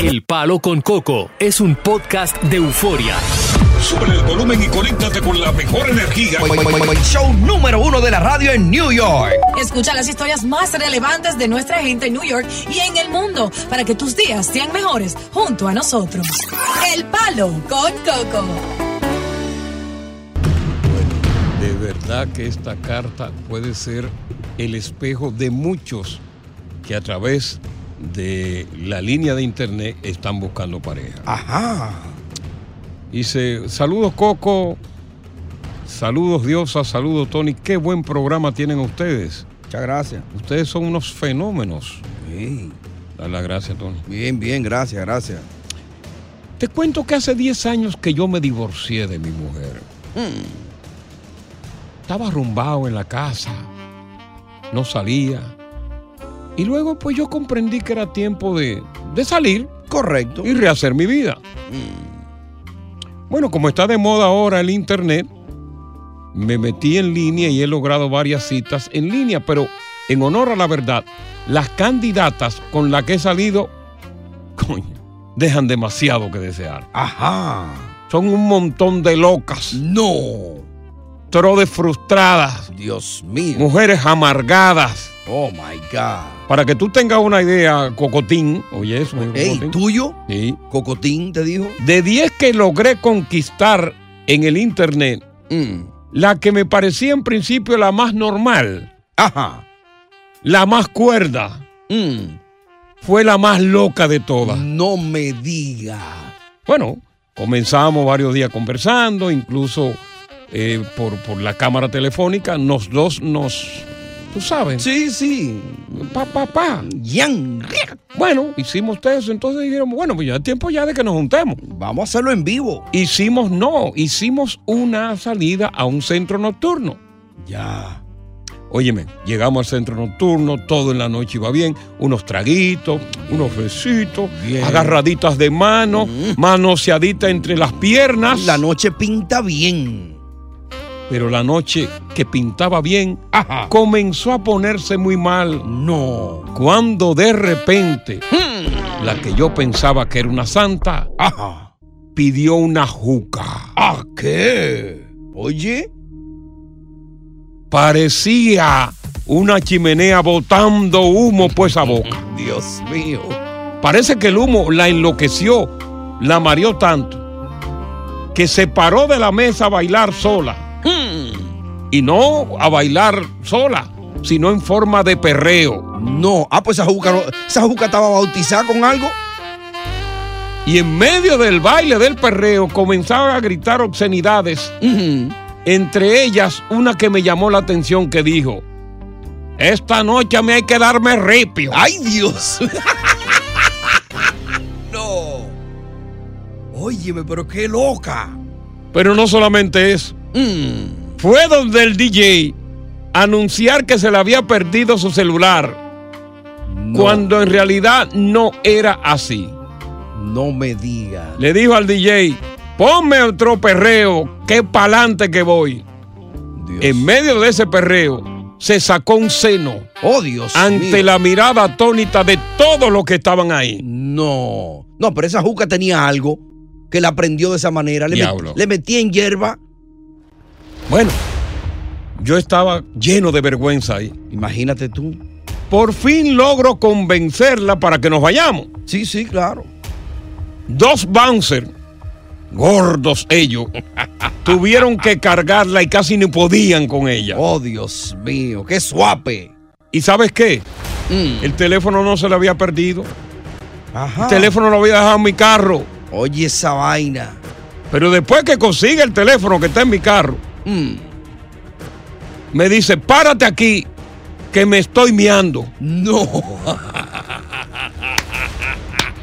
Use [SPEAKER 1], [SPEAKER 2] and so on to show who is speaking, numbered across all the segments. [SPEAKER 1] El Palo con Coco es un podcast de euforia.
[SPEAKER 2] Sube el volumen y conéctate con la mejor energía.
[SPEAKER 3] Show número uno de la radio en New York.
[SPEAKER 4] Escucha las historias más relevantes de nuestra gente en New York y en el mundo para que tus días sean mejores junto a nosotros. El Palo con Coco.
[SPEAKER 5] De verdad que esta carta puede ser el espejo de muchos que a través de la línea de internet están buscando pareja.
[SPEAKER 3] Ajá.
[SPEAKER 5] Dice, saludos Coco, saludos Diosa, saludos Tony, qué buen programa tienen ustedes.
[SPEAKER 3] Muchas gracias.
[SPEAKER 5] Ustedes son unos fenómenos.
[SPEAKER 3] Sí.
[SPEAKER 5] Dale las gracias, Tony.
[SPEAKER 3] Bien, bien, gracias, gracias.
[SPEAKER 5] Te cuento que hace 10 años que yo me divorcié de mi mujer. Estaba arrumbado en la casa, no salía. Y luego pues yo comprendí que era tiempo de, de salir
[SPEAKER 3] Correcto.
[SPEAKER 5] y rehacer mi vida. Bueno, como está de moda ahora el Internet, me metí en línea y he logrado varias citas en línea, pero en honor a la verdad, las candidatas con las que he salido, coño, dejan demasiado que desear.
[SPEAKER 3] Ajá.
[SPEAKER 5] Son un montón de locas,
[SPEAKER 3] No.
[SPEAKER 5] trodes frustradas,
[SPEAKER 3] Dios mío.
[SPEAKER 5] mujeres amargadas.
[SPEAKER 3] Oh my God.
[SPEAKER 5] Para que tú tengas una idea, Cocotín, oye eso, oye,
[SPEAKER 3] Ey,
[SPEAKER 5] Cocotín.
[SPEAKER 3] tuyo,
[SPEAKER 5] Sí.
[SPEAKER 3] Cocotín te dijo.
[SPEAKER 5] De 10 que logré conquistar en el Internet,
[SPEAKER 3] Mm.
[SPEAKER 5] la que me parecía en principio la más normal,
[SPEAKER 3] Ajá.
[SPEAKER 5] la más cuerda,
[SPEAKER 3] Mm.
[SPEAKER 5] fue la más loca de todas.
[SPEAKER 3] No me diga.
[SPEAKER 5] Bueno, comenzamos varios días conversando, incluso eh, por, por la cámara telefónica, nos dos nos... Tú sabes,
[SPEAKER 3] Sí, sí.
[SPEAKER 5] pa, pa, pa.
[SPEAKER 3] Yan.
[SPEAKER 5] Bueno, hicimos eso, entonces dijeron, bueno, pues ya es tiempo ya de que nos juntemos.
[SPEAKER 3] Vamos a hacerlo en vivo.
[SPEAKER 5] Hicimos no, hicimos una salida a un centro nocturno.
[SPEAKER 3] Ya.
[SPEAKER 5] Óyeme, llegamos al centro nocturno, todo en la noche iba bien, unos traguitos, unos besitos,
[SPEAKER 3] Bien. Mm.
[SPEAKER 5] agarraditas de mano, manoseaditas entre las piernas.
[SPEAKER 3] La noche pinta bien.
[SPEAKER 5] Pero la noche que pintaba bien
[SPEAKER 3] Ajá.
[SPEAKER 5] comenzó a ponerse muy mal
[SPEAKER 3] No.
[SPEAKER 5] cuando de repente
[SPEAKER 3] Hmm.
[SPEAKER 5] la que yo pensaba que era una santa
[SPEAKER 3] Ajá.
[SPEAKER 5] pidió una juca.
[SPEAKER 3] ¿A qué? Oye.
[SPEAKER 5] Parecía una chimenea botando humo por esa boca.
[SPEAKER 3] Dios mío.
[SPEAKER 5] Parece que el humo la enloqueció, la mareó tanto, que se paró de la mesa a bailar sola. Y no a bailar sola, sino en forma de perreo.
[SPEAKER 3] No. Ah, pues esa juca, no- esa juca estaba bautizada con algo.
[SPEAKER 5] Y en medio del baile del perreo comenzaban a gritar obscenidades, entre ellas una que me llamó la atención que dijo, esta noche a mí hay que darme ripio.
[SPEAKER 3] ¡Ay, Dios! no. Óyeme, pero qué loca.
[SPEAKER 5] Pero no solamente eso. Fue donde el DJ anunciar que se le había perdido su celular,
[SPEAKER 3] No,
[SPEAKER 5] cuando en realidad no era así.
[SPEAKER 3] no me diga.
[SPEAKER 5] Le dijo al DJ, ponme otro perreo, que pa'lante que voy.
[SPEAKER 3] Dios.
[SPEAKER 5] En medio de ese perreo, se sacó un seno
[SPEAKER 3] oh, Dios
[SPEAKER 5] ante
[SPEAKER 3] mío.
[SPEAKER 5] la mirada atónita de todos los que estaban ahí.
[SPEAKER 3] No. No, pero esa juca tenía algo que la prendió de esa manera. Le,
[SPEAKER 5] Diablo.
[SPEAKER 3] le metí en hierba.
[SPEAKER 5] Bueno, yo estaba lleno de vergüenza ahí.
[SPEAKER 3] Imagínate tú.
[SPEAKER 5] Por fin logro convencerla para que nos vayamos.
[SPEAKER 3] Sí, sí, claro.
[SPEAKER 5] Dos bouncers, gordos ellos, tuvieron que cargarla y casi no podían con ella.
[SPEAKER 3] Oh, Dios mío, qué suape.
[SPEAKER 5] ¿Y sabes qué?
[SPEAKER 3] Mm.
[SPEAKER 5] El teléfono no se le había perdido.
[SPEAKER 3] Ajá.
[SPEAKER 5] El teléfono lo había dejado en mi carro.
[SPEAKER 3] Oye, esa vaina.
[SPEAKER 5] Pero después que consigue el teléfono que está en mi carro,
[SPEAKER 3] Mm.
[SPEAKER 5] me dice, párate aquí, que me estoy miando.
[SPEAKER 3] No.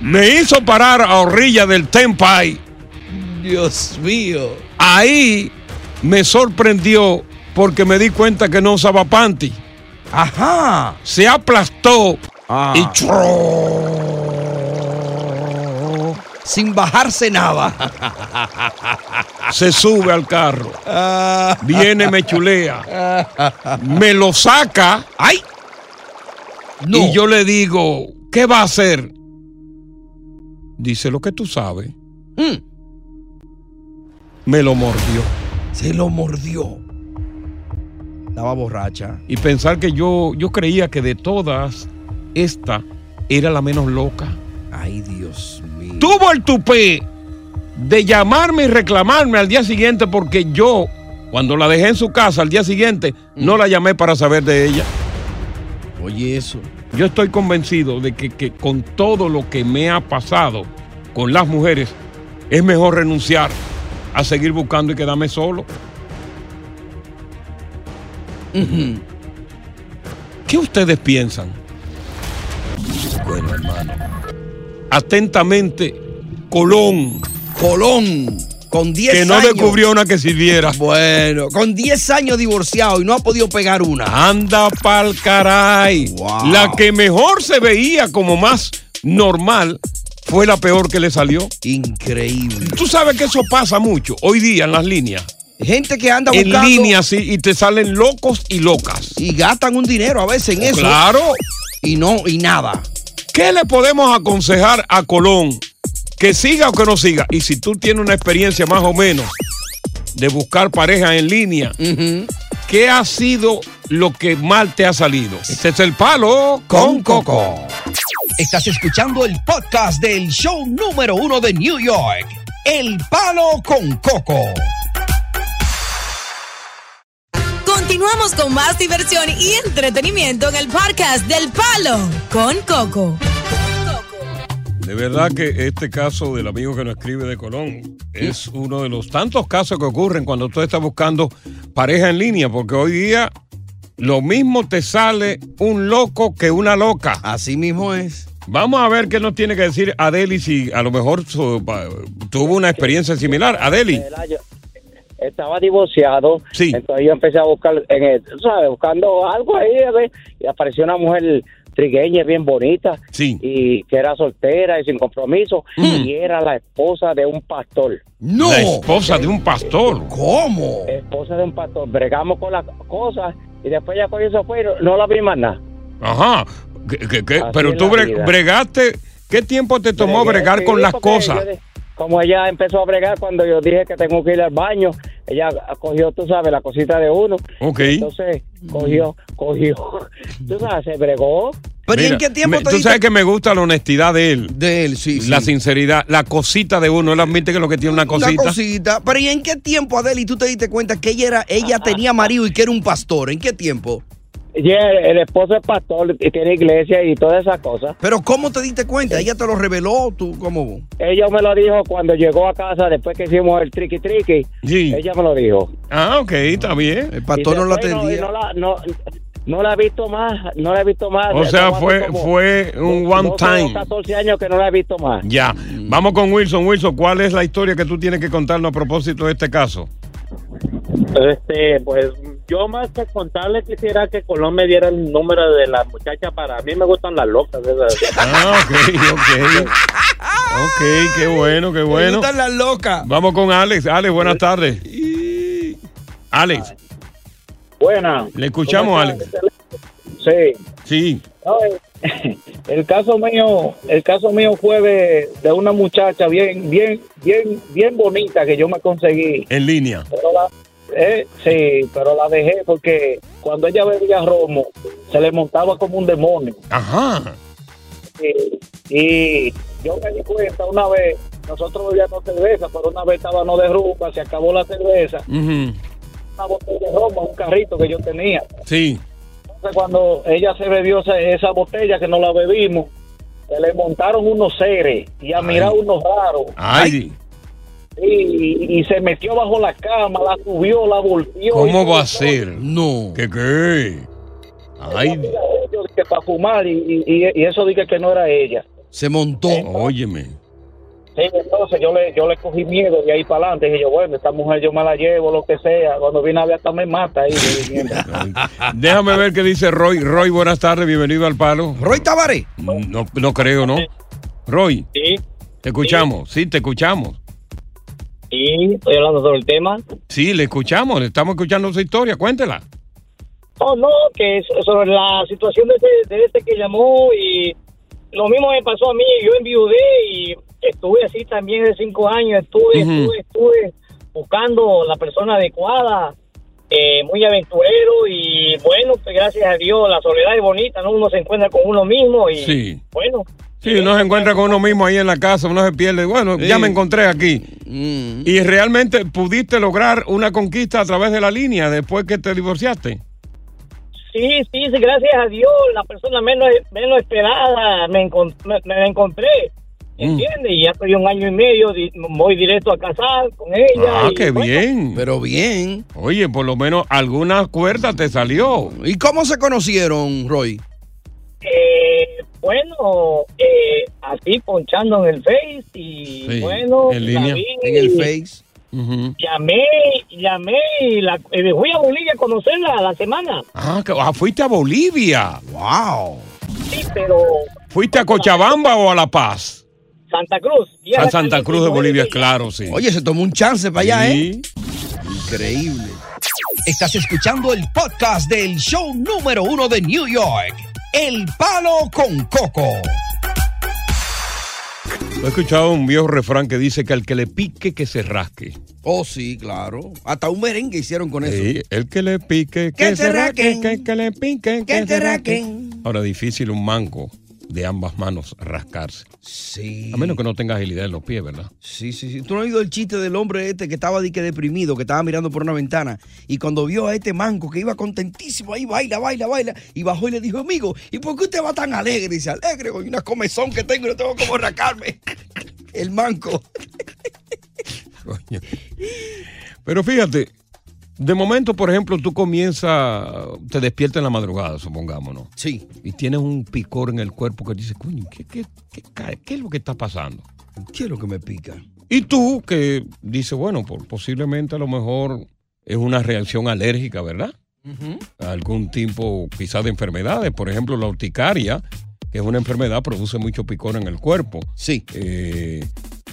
[SPEAKER 5] Me hizo parar a orilla del Tempai.
[SPEAKER 3] Dios mío.
[SPEAKER 5] Ahí me sorprendió porque me di cuenta que no usaba panty.
[SPEAKER 3] Ajá.
[SPEAKER 5] Se aplastó
[SPEAKER 3] Ah.
[SPEAKER 5] y chorro.
[SPEAKER 3] Sin bajarse nada.
[SPEAKER 5] se sube al carro,
[SPEAKER 3] Ah,
[SPEAKER 5] viene, me chulea, me lo saca
[SPEAKER 3] ¡Ay! No.
[SPEAKER 5] y yo le digo, ¿qué va a hacer? dice lo que tú sabes.
[SPEAKER 3] Mm,
[SPEAKER 5] Me lo mordió.
[SPEAKER 3] se lo mordió. Estaba borracha.
[SPEAKER 5] Y pensar que yo, yo creía que de todas, esta era la menos loca.
[SPEAKER 3] Ay, Dios mío.
[SPEAKER 5] Tuvo el tupé de llamarme y reclamarme al día siguiente porque yo, cuando la dejé en su casa al día siguiente, no la llamé para saber de ella.
[SPEAKER 3] Oye, eso.
[SPEAKER 5] Yo estoy convencido de que, que con todo lo que me ha pasado con las mujeres, es mejor renunciar a seguir buscando y quedarme solo. ¿Qué ustedes piensan? Atentamente, Colón,
[SPEAKER 3] Colón, con 10
[SPEAKER 5] que no
[SPEAKER 3] años.
[SPEAKER 5] descubrió una que sirviera.
[SPEAKER 3] Bueno, con 10 años divorciado y no ha podido pegar una.
[SPEAKER 5] Anda pa'l caray.
[SPEAKER 3] Wow.
[SPEAKER 5] La que mejor se veía como más normal fue la peor que le salió.
[SPEAKER 3] Increíble.
[SPEAKER 5] Tú sabes que eso pasa mucho hoy día en las líneas.
[SPEAKER 3] Gente que anda
[SPEAKER 5] En
[SPEAKER 3] buscando
[SPEAKER 5] líneas, sí, y te salen locos y locas.
[SPEAKER 3] y gastan un dinero a veces en eso
[SPEAKER 5] Claro.
[SPEAKER 3] y no y nada.
[SPEAKER 5] ¿Qué le podemos aconsejar a Colón? Que siga o que no siga. Y si tú tienes una experiencia más o menos de buscar pareja en línea,
[SPEAKER 3] Ujú.
[SPEAKER 5] ¿qué ha sido lo que mal te ha salido? Este es el palo con Coco.
[SPEAKER 3] Estás escuchando el podcast del show número uno de New York, El Palo con Coco.
[SPEAKER 4] Continuamos con más diversión y entretenimiento en el podcast del Palo con Coco.
[SPEAKER 5] De verdad que este caso del amigo que nos escribe de Colón es uno de los tantos casos que ocurren cuando tú estás buscando pareja en línea, porque hoy día lo mismo te sale un loco que una loca.
[SPEAKER 3] Así mismo es.
[SPEAKER 5] Vamos a ver qué nos tiene que decir Adeli si a lo mejor su- pa- tuvo una experiencia similar. Adeli,
[SPEAKER 6] Era yo- estaba divorciado,
[SPEAKER 5] Sí.
[SPEAKER 6] entonces yo empecé a buscar, en el- tú ¿sabes? Buscando algo ahí, a ver, y apareció una mujer trigueña bien bonita,
[SPEAKER 5] Sí.
[SPEAKER 6] y que era soltera y sin compromiso,
[SPEAKER 5] Mm.
[SPEAKER 6] y era la esposa de un pastor,
[SPEAKER 3] No.
[SPEAKER 5] la esposa de un pastor.
[SPEAKER 3] ¿Cómo?
[SPEAKER 6] esposa de un pastor, bregamos con las cosas, y después ya cogió eso fue, y no, no la vi más nada.
[SPEAKER 5] Ajá. ¿Qué- qué- qué?
[SPEAKER 6] Así
[SPEAKER 5] Pero
[SPEAKER 6] es
[SPEAKER 5] tú
[SPEAKER 6] la
[SPEAKER 5] bre-
[SPEAKER 6] vida.
[SPEAKER 5] bregaste. ¿Qué tiempo te tomó
[SPEAKER 6] Bregué,
[SPEAKER 5] bregar con
[SPEAKER 6] sí,
[SPEAKER 5] las
[SPEAKER 6] porque
[SPEAKER 5] cosas?
[SPEAKER 6] yo de- Como ella empezó a bregar cuando yo dije que tengo que ir al baño, ella cogió, tú sabes, la cosita de uno.
[SPEAKER 5] Ok.
[SPEAKER 6] Entonces,
[SPEAKER 5] Mm.
[SPEAKER 6] cogió, cogió. Tú sabes, se bregó.
[SPEAKER 3] ¿Pero ¿y
[SPEAKER 5] Mira,
[SPEAKER 3] en qué tiempo
[SPEAKER 5] me-
[SPEAKER 3] te
[SPEAKER 5] Tú
[SPEAKER 3] diste
[SPEAKER 5] sabes que me gusta la honestidad de él,
[SPEAKER 3] de él? Sí, sí.
[SPEAKER 5] la sinceridad, la cosita de uno. Él admite que lo que tiene una
[SPEAKER 3] Una
[SPEAKER 5] cosita.
[SPEAKER 3] cosita. Pero ¿y en qué tiempo, Adeli, tú te diste cuenta que ella era, ella tenía marido y que era un pastor? ¿En qué tiempo?
[SPEAKER 6] Y el, el esposo es pastor y tiene iglesia y todas esas cosas.
[SPEAKER 3] Pero ¿cómo te diste cuenta? ¿Ella te lo reveló? ¿Tú cómo?
[SPEAKER 6] Ella me lo dijo cuando llegó a casa después que hicimos el triqui triqui.
[SPEAKER 5] Sí.
[SPEAKER 6] Ella me lo dijo.
[SPEAKER 5] Ah, ok, está bien.
[SPEAKER 3] El pastor
[SPEAKER 6] Y
[SPEAKER 3] no la
[SPEAKER 6] después
[SPEAKER 3] atendía.
[SPEAKER 6] No, la, no, no la he visto más. No la he visto más.
[SPEAKER 5] O sea,
[SPEAKER 6] Estamos
[SPEAKER 5] fue,
[SPEAKER 6] hace como
[SPEAKER 5] fue un
[SPEAKER 6] 12
[SPEAKER 5] one
[SPEAKER 6] o
[SPEAKER 5] time.
[SPEAKER 6] 14 años que no la he visto más.
[SPEAKER 5] Ya, vamos con Wilson. Wilson, ¿cuál es la historia que tú tienes que contarnos a propósito de este caso?
[SPEAKER 7] Este, pues yo más que contarle quisiera que Colón me diera el número de la muchacha para a mí me gustan las locas esas.
[SPEAKER 5] Ah, ok, ok. Ok, qué bueno, qué bueno.
[SPEAKER 3] las locas.
[SPEAKER 5] Vamos con Alex. Alex, buenas tardes. Alex,
[SPEAKER 7] Buena.
[SPEAKER 5] le escuchamos, Alex.
[SPEAKER 7] Sí.
[SPEAKER 5] Sí.
[SPEAKER 7] El caso mío, el caso mío fue de, de una muchacha bien, bien, bien, bien bonita que yo me conseguí.
[SPEAKER 5] En línea.
[SPEAKER 7] Pero la, eh, sí, pero la dejé porque cuando ella bebía romo se le montaba como un demonio.
[SPEAKER 5] Ajá.
[SPEAKER 7] Y- y yo me di cuenta una vez, nosotros bebíamos cerveza, pero una vez estábamos de rumba, se acabó la cerveza,
[SPEAKER 5] Ujú.
[SPEAKER 7] una botella de rumba, un carrito que yo tenía.
[SPEAKER 5] Sí.
[SPEAKER 7] Entonces cuando ella se bebió esa, esa botella que no la bebimos, se le montaron unos seres y a mirar unos raros
[SPEAKER 5] Ay,
[SPEAKER 7] y, y se metió bajo la cama, la subió, la volvió.
[SPEAKER 5] ¿cómo
[SPEAKER 7] y-
[SPEAKER 5] va a ser?
[SPEAKER 3] No.
[SPEAKER 5] ¿Qué qué? Ay,
[SPEAKER 7] Yo dije, para fumar y, y- y eso dije que no era ella.
[SPEAKER 3] Se montó.
[SPEAKER 5] Oh. óyeme.
[SPEAKER 7] Sí, entonces yo le, yo le cogí miedo de ahí para adelante. Dije yo, bueno, esta mujer yo me la llevo, lo que sea. Cuando viene a ver, hasta me mata ahí.
[SPEAKER 5] Déjame ver qué dice Roy. Roy, buenas tardes. Bienvenido al palo.
[SPEAKER 3] Roy Tavares.
[SPEAKER 5] No, no creo, ¿no? Roy,
[SPEAKER 7] Sí,
[SPEAKER 5] te escuchamos. Sí, te escuchamos.
[SPEAKER 7] sí, estoy hablando sobre el tema.
[SPEAKER 5] Sí, le escuchamos, le estamos escuchando su historia, cuéntela.
[SPEAKER 7] Oh, no, que es sobre la situación de este, de este que llamó y lo mismo me pasó a mí. Yo enviudé y así también de cinco años.
[SPEAKER 5] Ujú.
[SPEAKER 7] Estuve, estuve, estuve buscando la persona adecuada, eh, muy aventurero y bueno, pues gracias a Dios la soledad es bonita, ¿no? Uno se encuentra con uno mismo y
[SPEAKER 5] Sí.
[SPEAKER 7] bueno.
[SPEAKER 5] Sí, uno se encuentra con uno mismo ahí en la casa, uno se pierde. Bueno, ya me encontré aquí.
[SPEAKER 3] Mm.
[SPEAKER 5] Y realmente pudiste lograr una conquista a través de la línea después que te divorciaste.
[SPEAKER 7] Sí, sí, sí, gracias a Dios, la persona menos, menos esperada me, encon- me, me la encontré.
[SPEAKER 5] Mm.
[SPEAKER 7] ¿Entiendes? Y ya estoy un año y medio, di- voy directo a casar con ella.
[SPEAKER 5] Ah,
[SPEAKER 7] y,
[SPEAKER 5] qué
[SPEAKER 7] bueno,
[SPEAKER 5] bien.
[SPEAKER 8] Pero bien.
[SPEAKER 5] Oye, por lo menos alguna cuerda te salió.
[SPEAKER 8] ¿Y cómo se conocieron, Roy?
[SPEAKER 7] Eh, bueno, eh, así ponchando en el Face y
[SPEAKER 5] Sí,
[SPEAKER 7] bueno,
[SPEAKER 5] en
[SPEAKER 7] la
[SPEAKER 5] línea,
[SPEAKER 7] vi,
[SPEAKER 8] En el Face.
[SPEAKER 5] Ujú.
[SPEAKER 7] Llamé, llamé y la, eh, fui a Bolivia a conocerla la semana.
[SPEAKER 5] ah, que- ah, fuiste a Bolivia.
[SPEAKER 8] ¡Wow!
[SPEAKER 7] Sí, pero
[SPEAKER 5] ¿Fuiste a Cochabamba o a La Paz?
[SPEAKER 7] Santa Cruz. y
[SPEAKER 5] A
[SPEAKER 7] era
[SPEAKER 5] Santa
[SPEAKER 7] casi
[SPEAKER 5] Cruz de
[SPEAKER 7] como
[SPEAKER 5] Bolivia, claro, sí.
[SPEAKER 8] Oye, se tomó un chance para allá, ¿eh?
[SPEAKER 5] Sí.
[SPEAKER 8] Increíble.
[SPEAKER 3] Estás escuchando el podcast del show número uno de New York, El Palo con Coco.
[SPEAKER 5] He escuchado un viejo refrán que dice que al que le pique, que se rasque.
[SPEAKER 8] Oh, sí, claro. Hasta un merengue hicieron con eso.
[SPEAKER 5] Sí, el que le pique, que,
[SPEAKER 8] te
[SPEAKER 5] se rasque,
[SPEAKER 8] raquen.
[SPEAKER 5] que, que le pique, que,
[SPEAKER 8] Que te
[SPEAKER 5] se rasque.
[SPEAKER 8] raquen.
[SPEAKER 5] Ahora, difícil un mango de ambas manos rascarse.
[SPEAKER 8] Sí.
[SPEAKER 5] A menos que no tenga agilidad en los pies, ¿verdad?
[SPEAKER 8] Sí, sí, sí. ¿Tú no has oído el chiste del hombre este que estaba di que deprimido, que estaba mirando por una ventana? Y cuando vio a este manco que iba contentísimo ahí, baila, baila, baila, y bajó y le dijo, amigo, ¿y por qué usted va tan alegre? Y dice, alegre, con una comezón que tengo y no tengo cómo arrancarme. El manco.
[SPEAKER 5] Coño. Pero fíjate, de momento, por ejemplo, tú comienzas, te despiertas en la madrugada, supongámonos,
[SPEAKER 8] Sí.
[SPEAKER 5] y tienes un picor en el cuerpo que dices, coño, ¿qué, qué, qué, ca- qué es lo que está pasando?
[SPEAKER 8] ¿Qué es lo que me pica?
[SPEAKER 5] Y tú que dices, bueno, por- posiblemente a lo mejor es una reacción alérgica, ¿verdad? A algún tipo quizás de enfermedades, por ejemplo, la urticaria, que es una enfermedad, produce mucho picor en el cuerpo.
[SPEAKER 8] Sí.
[SPEAKER 5] Eh,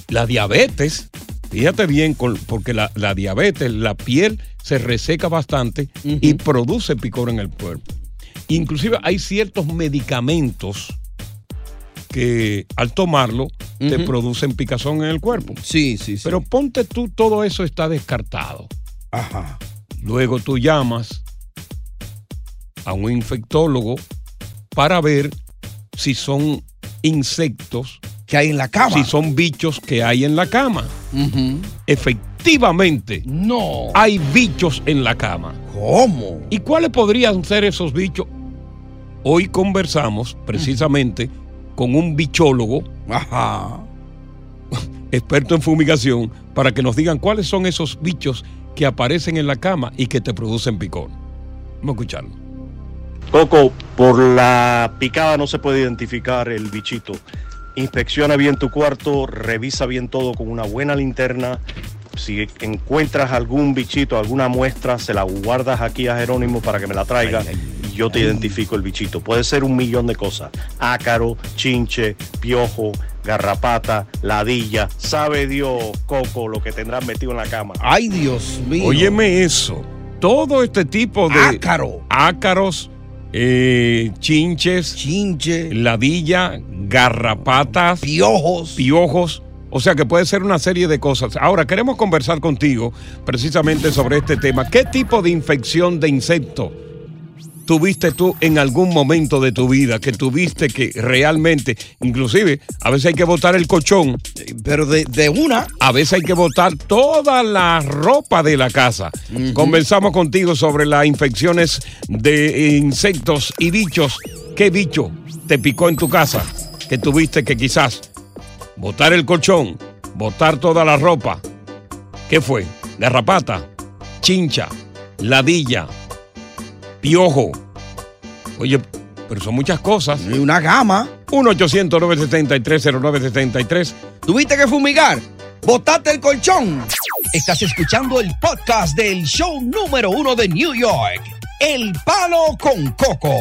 [SPEAKER 5] la diabetes, fíjate bien, con- porque la, la diabetes, la piel se reseca bastante y produce picor en el cuerpo. Inclusive hay ciertos medicamentos que al tomarlo te
[SPEAKER 8] Ujú.
[SPEAKER 5] producen picazón en el cuerpo.
[SPEAKER 8] Sí, sí, sí.
[SPEAKER 5] Pero ponte tú, todo eso está descartado.
[SPEAKER 8] Ajá.
[SPEAKER 5] Luego tú llamas a un infectólogo para ver si son insectos
[SPEAKER 8] ¿Qué hay en la
[SPEAKER 3] Ah,
[SPEAKER 8] cama?
[SPEAKER 5] si son bichos que hay en la cama.
[SPEAKER 8] Ujú.
[SPEAKER 5] Efectivamente,
[SPEAKER 8] No.
[SPEAKER 5] hay bichos en la cama.
[SPEAKER 8] ¿Cómo?
[SPEAKER 5] ¿Y cuáles podrían ser esos bichos? Hoy conversamos precisamente con un bichólogo,
[SPEAKER 8] Ajá.
[SPEAKER 5] experto en fumigación, para que nos digan cuáles son esos bichos que aparecen en la cama y que te producen picor. Vamos a escucharlo.
[SPEAKER 9] Coco, por la picada no se puede identificar el bichito. Inspecciona bien tu cuarto, revisa bien todo con una buena linterna. Si encuentras algún bichito, alguna muestra, se la guardas aquí a Jerónimo para que me la traiga y yo te identifico el bichito. Puede ser un millón de cosas. Ácaro, chinche, piojo, garrapata, ladilla. Sabe Dios, Coco, lo que tendrás metido en la cama.
[SPEAKER 8] Ay, Dios mío.
[SPEAKER 5] Óyeme eso. Todo este tipo de
[SPEAKER 8] Ácaro.
[SPEAKER 5] ácaros, eh, chinches,
[SPEAKER 8] Chinche.
[SPEAKER 5] ladilla, garrapatas,
[SPEAKER 8] Piojos.
[SPEAKER 5] piojos. O sea que puede ser una serie de cosas. Ahora, queremos conversar contigo precisamente sobre este tema. ¿Qué tipo de infección de insecto tuviste tú en algún momento de tu vida? Que tuviste que realmente, inclusive, a veces hay que botar el colchón,
[SPEAKER 8] Pero de, de una.
[SPEAKER 5] a veces hay que botar toda la ropa de la casa. Conversamos contigo sobre las infecciones de insectos y bichos. ¿Qué bicho te picó en tu casa? Que tuviste que quizás botar el colchón, botar toda la ropa. ¿Qué fue? Garrapata, chincha, ladilla, piojo. Oye, pero son muchas cosas.
[SPEAKER 8] Y una gama.
[SPEAKER 5] 1-800-973-0973.
[SPEAKER 8] Tuviste que fumigar. Botaste el colchón.
[SPEAKER 3] Estás escuchando el podcast del show número uno de New York, El Palo con Coco.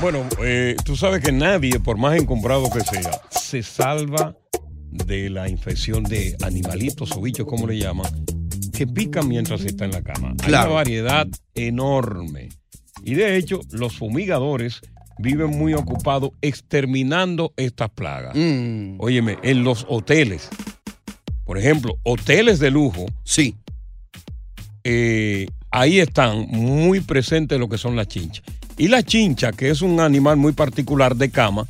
[SPEAKER 5] Bueno, eh, tú sabes que nadie, por más encumbrado que sea, se salva de la infección de animalitos o bichos, como le llaman, que pican mientras está en la cama. Hay
[SPEAKER 8] Claro.
[SPEAKER 5] una variedad enorme. Y de hecho, los fumigadores viven muy ocupados exterminando estas plagas.
[SPEAKER 3] Mm,
[SPEAKER 5] Óyeme, en los hoteles, por ejemplo, hoteles de lujo,
[SPEAKER 3] sí.
[SPEAKER 5] eh, ahí están muy presentes lo que son las chinchas. Y la chincha, que es un animal muy particular de cama,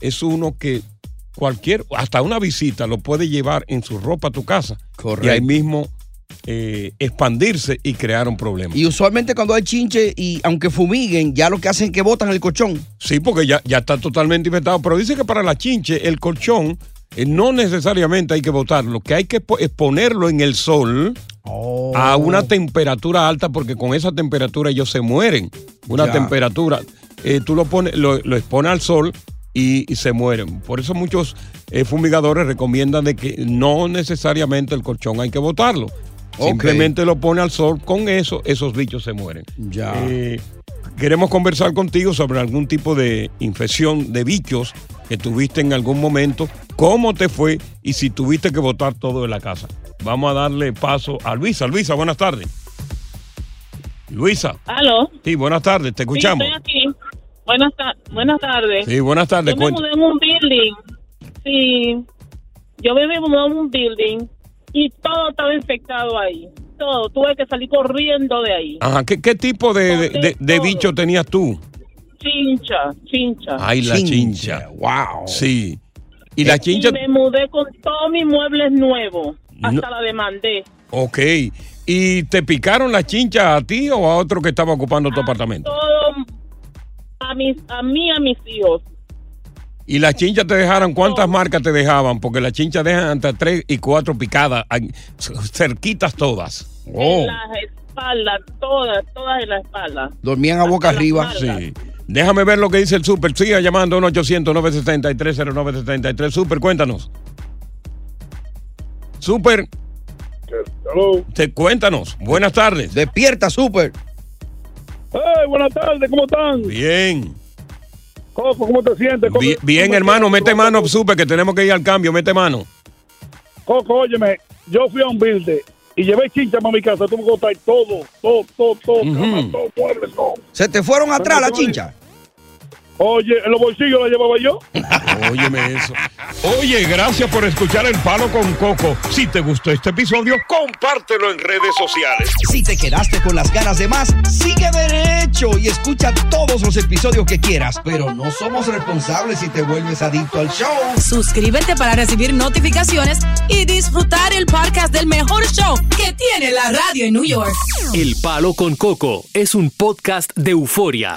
[SPEAKER 5] es uno que cualquier, hasta una visita, lo puede llevar en su ropa a tu casa. Y
[SPEAKER 3] Correcto.
[SPEAKER 5] ahí mismo eh, expandirse y crear un problema.
[SPEAKER 3] Y usualmente cuando hay chinche y aunque fumiguen, ya lo que hacen es que botan el colchón.
[SPEAKER 5] Sí, porque ya, ya está totalmente inventado. Pero dice que para la chinche, el colchón eh, no necesariamente hay que botarlo, que hay que po- exponerlo en el sol a
[SPEAKER 3] Oh.
[SPEAKER 5] una temperatura alta, porque con esa temperatura ellos se mueren. Una
[SPEAKER 3] Ya.
[SPEAKER 5] temperatura, eh, tú lo, pones, lo, lo expones al sol y, y se mueren. Por eso muchos eh, fumigadores recomiendan de que no necesariamente el colchón hay que botarlo.
[SPEAKER 3] Ok.
[SPEAKER 5] Simplemente lo pone al sol, con eso esos bichos se mueren.
[SPEAKER 3] Ya.
[SPEAKER 5] Eh, queremos conversar contigo sobre algún tipo de infección de bichos que tuviste en algún momento, cómo te fue y si tuviste que botar todo de la casa. Vamos a darle paso a Luisa. Luisa, buenas tardes. Luisa,
[SPEAKER 10] Aló.
[SPEAKER 5] sí, buenas tardes, te escuchamos.
[SPEAKER 10] Sí, estoy aquí. Buenas, ta- buenas tardes.
[SPEAKER 5] Sí, buenas tardes,
[SPEAKER 10] yo me
[SPEAKER 5] cuenta.
[SPEAKER 10] mudé en un building. Sí. Yo me mudé en un building y todo estaba infectado ahí. Todo. Tuve que salir corriendo de ahí.
[SPEAKER 5] Ajá, ¿qué, qué tipo de, de- de- de bicho tenías tú?
[SPEAKER 10] Chincha, chincha.
[SPEAKER 5] Ay, la chincha.
[SPEAKER 3] Wow.
[SPEAKER 5] Sí. Y la chincha,
[SPEAKER 10] Y Eh, me mudé con todos mis muebles nuevos. Hasta
[SPEAKER 5] No.
[SPEAKER 10] la demandé.
[SPEAKER 5] ok. ¿Y te picaron la chincha a ti o a otro que estaba ocupando tu apartamento?
[SPEAKER 10] Todo a, mis, a mí, a mis hijos.
[SPEAKER 5] Y las chinchas te dejaron, ¿cuántas marcas te dejaban? Porque las chinchas dejan hasta tres y cuatro picadas, ay, cerquitas todas. Oh,
[SPEAKER 10] En las espaldas, todas, todas en la espalda.
[SPEAKER 3] Dormían a boca
[SPEAKER 10] Hasta las
[SPEAKER 3] arriba.
[SPEAKER 10] manos.
[SPEAKER 5] Sí. Déjame ver lo que dice el Super. Siga llamando 1-800-963-0963. Super, cuéntanos. Super, te cuéntanos. Buenas tardes.
[SPEAKER 3] Despierta, súper.
[SPEAKER 11] buenas tardes, ¿cómo están?
[SPEAKER 5] Bien.
[SPEAKER 11] Coco, ¿cómo te sientes? Coco?
[SPEAKER 5] Bien, bien,
[SPEAKER 11] ¿Cómo te
[SPEAKER 5] hermano.
[SPEAKER 11] sientes,
[SPEAKER 5] Mete
[SPEAKER 11] Coco?
[SPEAKER 5] mano, Super, que tenemos que ir al cambio. Mete mano.
[SPEAKER 11] Coco, óyeme, yo fui a un builde y llevé chincha para mi casa. Tuve que botar todo, todo, todo, todo, cama,
[SPEAKER 5] Ujú.
[SPEAKER 11] todo, muebles, todo.
[SPEAKER 3] Se te fueron atrás la
[SPEAKER 11] Bueno,
[SPEAKER 3] chincha.
[SPEAKER 11] Oye, en los bolsillos la llevaba yo.
[SPEAKER 5] Óyeme eso. Oye, gracias por escuchar El Palo con Coco. Si te gustó este episodio, compártelo en redes sociales.
[SPEAKER 3] Si te quedaste con las ganas de más, sigue derecho y escucha todos los episodios que quieras. Pero no somos responsables si te vuelves adicto al show.
[SPEAKER 4] Suscríbete para recibir notificaciones y disfrutar el podcast del mejor show que tiene la radio en New York.
[SPEAKER 1] El Palo con Coco es un podcast de euforia.